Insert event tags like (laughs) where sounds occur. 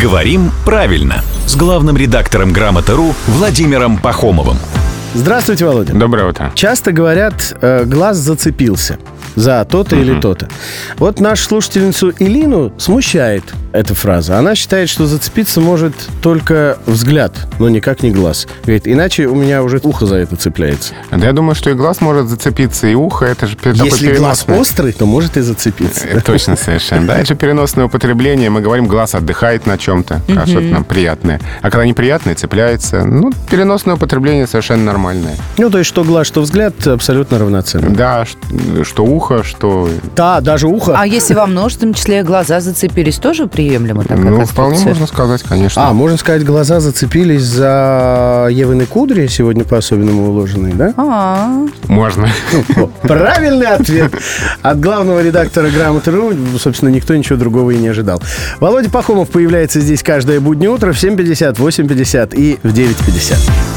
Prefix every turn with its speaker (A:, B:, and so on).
A: «Говорим правильно» с главным редактором «Грамоты.ру» Владимиром Пахомовым.
B: Здравствуйте, Володя.
C: Доброе утро.
B: Часто говорят, э, глаз зацепился за то-то или то-то. Вот нашу слушательницу Илину смущает эта фраза. Она считает, что зацепиться может только взгляд, но никак не глаз. Говорит, иначе у меня уже ухо за это цепляется. А
C: Да я думаю, что и глаз может зацепиться, и ухо. Это же пер- такое
B: Если глаз
C: переносное.
B: острый, то может и зацепиться.
C: Э, Точно, совершенно. Да, это же переносное употребление. Мы говорим, глаз отдыхает на чем-то, а что-то нам приятное. А когда неприятное, цепляется. Ну, переносное употребление совершенно
B: (laughs)
C: нормальное.
B: Ну, то есть, что глаз, что взгляд абсолютно равноценно.
C: Да, ш- что ухо, что...
B: Да, даже ухо.
D: А если во множественном числе глаза зацепились, тоже приемлема такая
C: Ну,
D: конструкция?
C: вполне можно сказать, конечно.
B: А, можно сказать, глаза зацепились за Евины кудри, сегодня по-особенному уложенные, да?
D: А,
C: Можно.
B: О, (laughs) Правильный ответ от главного редактора «Грамоты.ру». Собственно, никто ничего другого и не ожидал. Володя Пахомов появляется здесь каждое буднее утро в 7.50, 8.50 и в 9.50.